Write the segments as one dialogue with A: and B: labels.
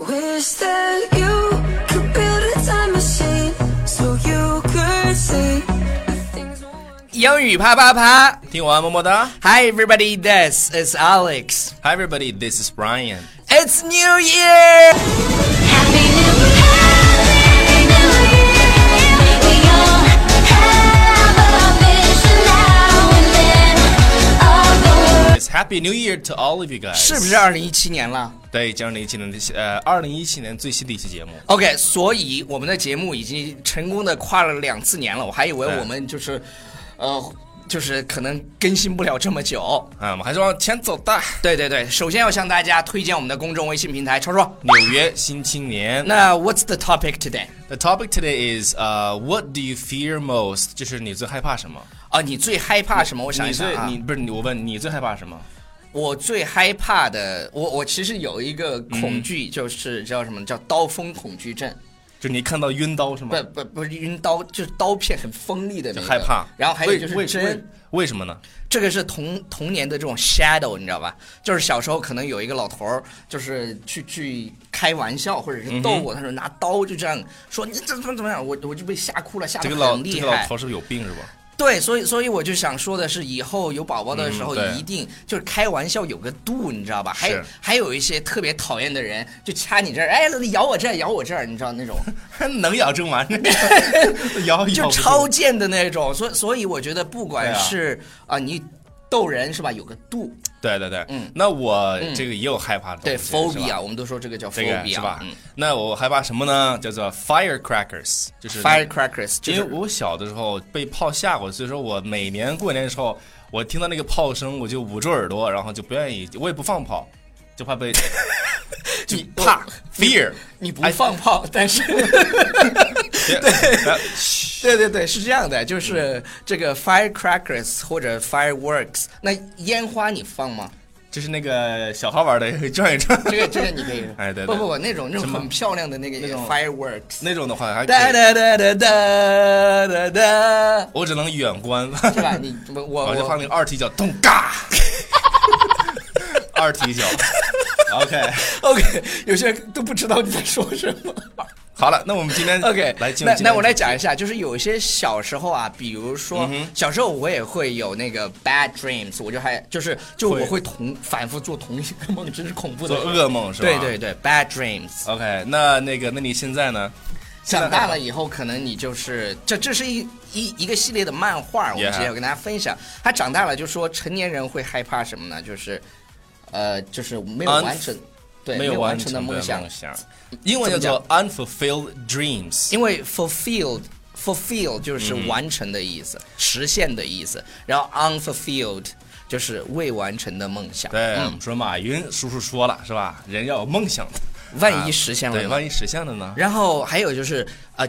A: Wish that you could build a time machine so you could see the things no one
B: 英语啪啪啪
C: 听啊完么么哒
B: ！Hi everybody, this is Alex.
C: ！Hi everybody, this is Brian。
B: It's New Year.
A: Happy New Year, Happy New Year. We all have a vision now and then of the world
C: It's Happy New Year to all of you guys。
B: 是不是二零一七年了
C: 对，将零一七年的呃二零一七年最新的一期节目。
B: ？OK，所以我们的节目已经成功的跨了两次年了。我还以为
C: 对
B: 我们就是，呃，就是可能更新不了这么久。
C: 啊，我们还是往前走的。
B: 对对对，首先要向大家推荐我们的公众微信平台，超超。
C: 纽约新青年。
B: 那 What's the topic today？
C: The topic today is 呃、What do you fear most？就是你最害怕什么？
B: 啊，你最害怕什么？我想一
C: 你
B: 想
C: 最
B: 啊，
C: 你不是你我问你最害怕什么？
B: 我最害怕的，我我其实有一个恐
C: 嗯
B: 惧，就是叫什么叫刀锋恐惧症。
C: 就是你看到晕刀是吗？
B: 不不不是晕刀，就是刀片很锋利的那
C: 就
B: 个，
C: 害怕。
B: 然后还有
C: 为
B: 就是
C: 为为
B: 针，
C: 为什么呢？
B: 这个是童童年的这种 shadow，你知道吧？就是小时候可能有一个老头儿，就是去去开玩笑或者是逗
C: 嗯
B: 我，他说拿刀就这样说你怎么怎么怎么样，我我就被吓哭了，吓
C: 这
B: 得
C: 个老
B: 很
C: 这
B: 厉
C: 个老
B: 害
C: 头。是不是有病是吧？
B: 对，所以所以我就想说的是，以后有宝宝的时候，
C: 嗯对
B: 一定就是开玩笑有个度，你知道吧？还有
C: 是
B: 还有一些特别讨厌的人，就掐你这儿，哎，咬我这儿，咬我这儿，你知道那种。
C: 能咬这 玩意儿？ 咬咬
B: 就
C: 不住
B: 超贱的那种。所以所以我觉得，不管
C: 对啊
B: 是啊、你逗人是吧，有个度。
C: 对对对，
B: 嗯
C: 那我这个也有害怕的
B: 对
C: 东西是吧
B: ，phobia，我们都说这个叫
C: 这个
B: phobia，
C: 是吧
B: 嗯？
C: 那我害怕什么呢？叫做 firecrackers，就是那个
B: ？Firecrackers，就
C: 因为
B: 是
C: 我小的时候被炮吓过，所以说我每年过年的时候，我听到那个炮声，我就捂住耳朵，然后就不愿意，我也不放炮，就 怕被就
B: 你
C: 怕 fear。
B: 你不
C: 哎
B: 放炮，但是
C: 对，
B: 对对对，是这样的，就是
C: 嗯
B: 这个 firecrackers 或者 fireworks，那烟花你放吗？
C: 就是那个小孩玩的转一转，
B: 这个这个你可以，
C: 哎对对
B: 不不不，那种那种
C: 什么
B: 很漂亮的那个那种 fireworks，
C: 那种的话还可
B: 哒
C: 以，
B: 哒哒哒哒哒哒，
C: 我只能远观，
B: 是吧？你我我
C: 我就
B: 我
C: 放那个二踢脚，咚嘎， 二踢脚。OK，
B: OK，有些人都不知道你在说什么。
C: 好了，那我们今天
B: OK，
C: 来嗯进入
B: 那
C: 今天
B: 那
C: 的
B: 我来
C: 主
B: 讲一下，就是有一些小时候啊，比如说、小时候我也会有那个 bad dreams，我就还就是就
C: 会
B: 我会同反复做同一个梦，真是恐怖
C: 题
B: 的
C: 做。噩梦是吧？
B: 对对对，bad dreams。
C: OK，那那个，那你现在呢？
B: 长大了以后，可能你就是这这是一一一个系列的漫画，我们
C: Yeah
B: 之前有跟大家分享。他长大了就说成年人会害怕什么呢？就是呃，就是没有
C: Unf-
B: 完成，对，没
C: 有完
B: 成
C: 成
B: 的
C: 梦
B: 想。
C: 英文叫
B: 怎么
C: 做 unfulfilled dreams。
B: 因为 fulfilled fulfill
C: 嗯
B: 就是完成的意思，实现的意思，然后 unfulfilled 就是未完成的梦想。
C: 对，我
B: 嗯
C: 们说马云叔叔说了是吧？人要有梦想的，
B: 万一实现了
C: 啊对，
B: 呢
C: 万一实现了呢？
B: 然后还有就是呃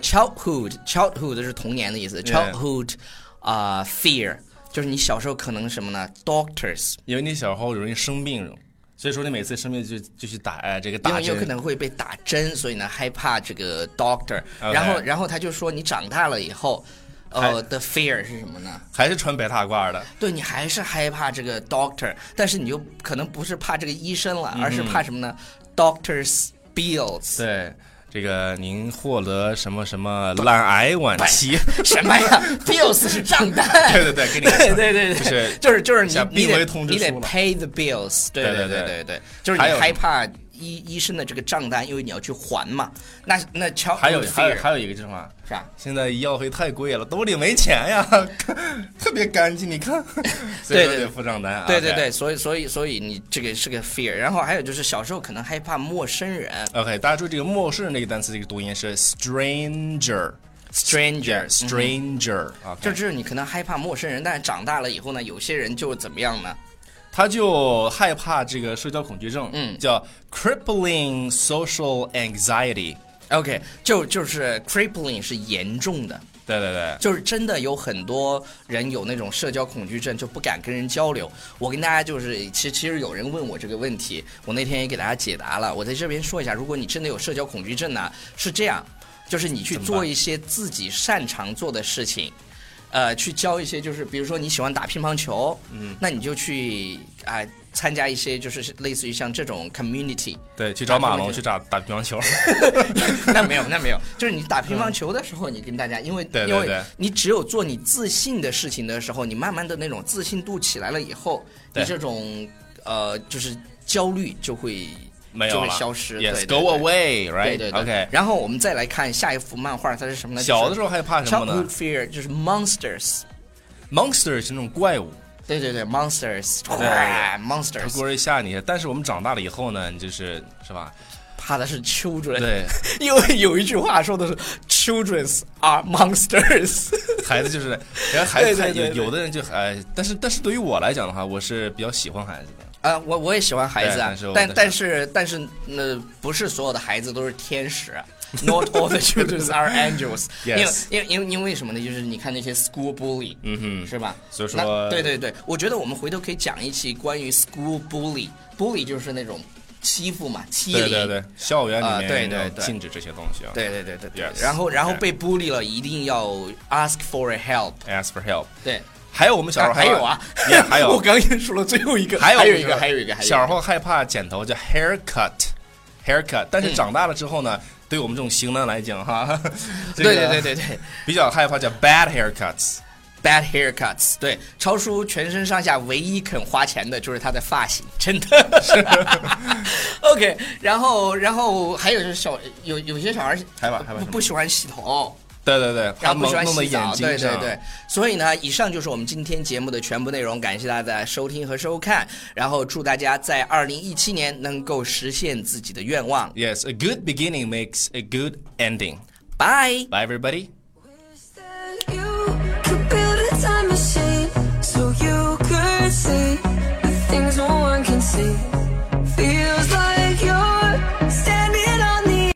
B: childhood，childhood 是童年的意思
C: Yeah
B: ，childhood 啊、fear 就是你小时候可能什么呢？doctors
C: 因为你小时候容易生病，所以说你每次生病就就去打哎这个
B: 因
C: 打
B: 为有可
C: 针。
B: 能会被打针，所以呢害怕这个 doctor。
C: OK
B: 然后然后他就说你长大了以后，呃
C: 还
B: 的 fear 是什么呢？
C: 还是穿白大褂的，
B: 对你还是害怕这个 doctor，但是你就可能不是怕这个医生
C: 嗯
B: 了，而是怕什么呢？Doctor's bills，
C: 对，这个您获得什么什么懒癌晚期？
B: 什么呀？bills 是账单。
C: 对对对，给你
B: 对对对
C: 就
B: 对，
C: 是
B: 就是就是你
C: 像
B: 你
C: 病
B: 得
C: 危通知
B: 你得
C: 书了
B: pay the bills，对
C: 对
B: 对对
C: 对对
B: 对对，就是
C: 还
B: 你
C: 有
B: 害怕医医生的这个账单，因为你要去还嘛。那那乔
C: 还有还有啊
B: fear
C: 还有一个是什么？
B: 是吧？
C: 现在医药费太贵了，兜里没钱呀， 特别干净，你看，所以
B: 对
C: 说
B: 对
C: 得付账单啊。
B: 对对对，所以所以所以你这个是个 fear，然后还有就是小时候可能害怕陌生人
C: OK，, 大家注意这个陌生人这个单词，这个读音是 stranger，stranger，stranger，、
B: stranger，嗯
C: OK，
B: 就
C: 就是
B: 是你可能害怕陌生人，但是长大了以后呢，有些人就怎么样呢？
C: 他就害怕这个社交恐惧症，
B: 嗯
C: 叫 crippling social anxiety。
B: OK，就就是 crippling 是严重的，
C: 对对对，
B: 就是真的有很多人有那种社交恐惧症，就不敢跟人交流。我跟大家就是，其实其实有人问我这个问题，我那天也给大家解答了。我在这边说一下，如果你真的有社交恐惧症呢、是这样，就是你去
C: 怎么
B: 做
C: 办
B: 一些自己擅长做的事情。呃，去交一些，就是比如说你喜欢打乒乓球，嗯，那你就去啊、参加一些就是类似于像这种 community，
C: 对，去找马
B: 打乒
C: 龙
B: 乓球
C: 去打打乒乓球，
B: 那没有，那没有，就是你打乒乓球的时候，你跟大家，因为
C: 对对
B: 因为
C: 对
B: 你只有做你自信的事情的时候，你慢慢的那种自信度起来了以后，你
C: 对
B: 这种呃就是焦虑就会
C: 没
B: 就
C: 有
B: 会
C: 了
B: 消失对对
C: Yes,
B: 对
C: go away,
B: 对对
C: right?
B: 对
C: OK。
B: 然后我们再来看下一幅漫画，它是什么呢？
C: 小的时
B: 候
C: 候害怕什么
B: childhood
C: 呢
B: fear 就是 monsters，
C: ？Monster 是那种怪物，
B: 对对对 monsters，
C: 对
B: 哇
C: 它
B: ，monsters，
C: 过来吓你。但是我们长大了以后呢，你就是是吧？
B: 怕的是 children，
C: 对，
B: 因为有一句话说的是 childrens are monsters。
C: 孩子就是，人家孩子
B: 对对
C: 还
B: 对
C: 有
B: 对
C: 有的人就哎，但是但是对于我来讲的话，我是比较喜欢孩子的。
B: 啊，我我也喜欢孩子啊
C: 对但是，我
B: 但
C: 的
B: 但是但是，呃，不是所有的孩子都是天使啊。Not all the children are angels 因
C: Yes
B: 为。因为因为因为什么呢？就是你看那些 school bully，
C: 嗯哼
B: 是吧？
C: 所以说
B: 那对对对，我觉得我们回头可以讲一期关于 school bully。bully 就是那种欺负嘛，欺凌。
C: 对对对，校园
B: 啊
C: 里
B: 对
C: 面
B: 对
C: 要
B: 对
C: 禁止这些东西啊。
B: 对对对对对
C: Yes，
B: 然后然后
C: okay
B: 被 bully 了，一定要 ask for a help。
C: ，ask for help。
B: 对，
C: 还有我们小时候
B: 还
C: 害怕
B: 有啊
C: Yeah，还有
B: 我刚刚说了最后一个，
C: 还有
B: 有一
C: 就
B: 个，
C: 是
B: 还有一个，还有一个
C: 小时候害怕剪头叫 haircut。haircut，但是
B: 嗯
C: 长大了之后呢，对我们这种型男来讲哈，这个
B: 对对对对对。
C: 比较害怕叫 bad haircuts。
B: Bad haircuts，对，超叔全身上下唯一肯花钱的就是他的发型，真的 是。OK，然后，然后还有就是小有有些小孩
C: 害怕害怕
B: 不
C: 什么
B: 不喜欢洗头，
C: 对对对，
B: 然
C: 他
B: 后不
C: 们
B: 喜欢
C: 弄的
B: 洗
C: 眼
B: 澡，
C: 睛
B: 对对
C: 上，
B: 对。所以呢，以上就是我们今天节目的全部内容，感谢大家的收听和收看，然后祝大家在二零一七年能够实现自己的愿望。
C: Yes, a good beginning makes a good ending.
B: Bye。
C: Bye everybody.
A: Wish that you could build a time machine so you could see the things no one can see.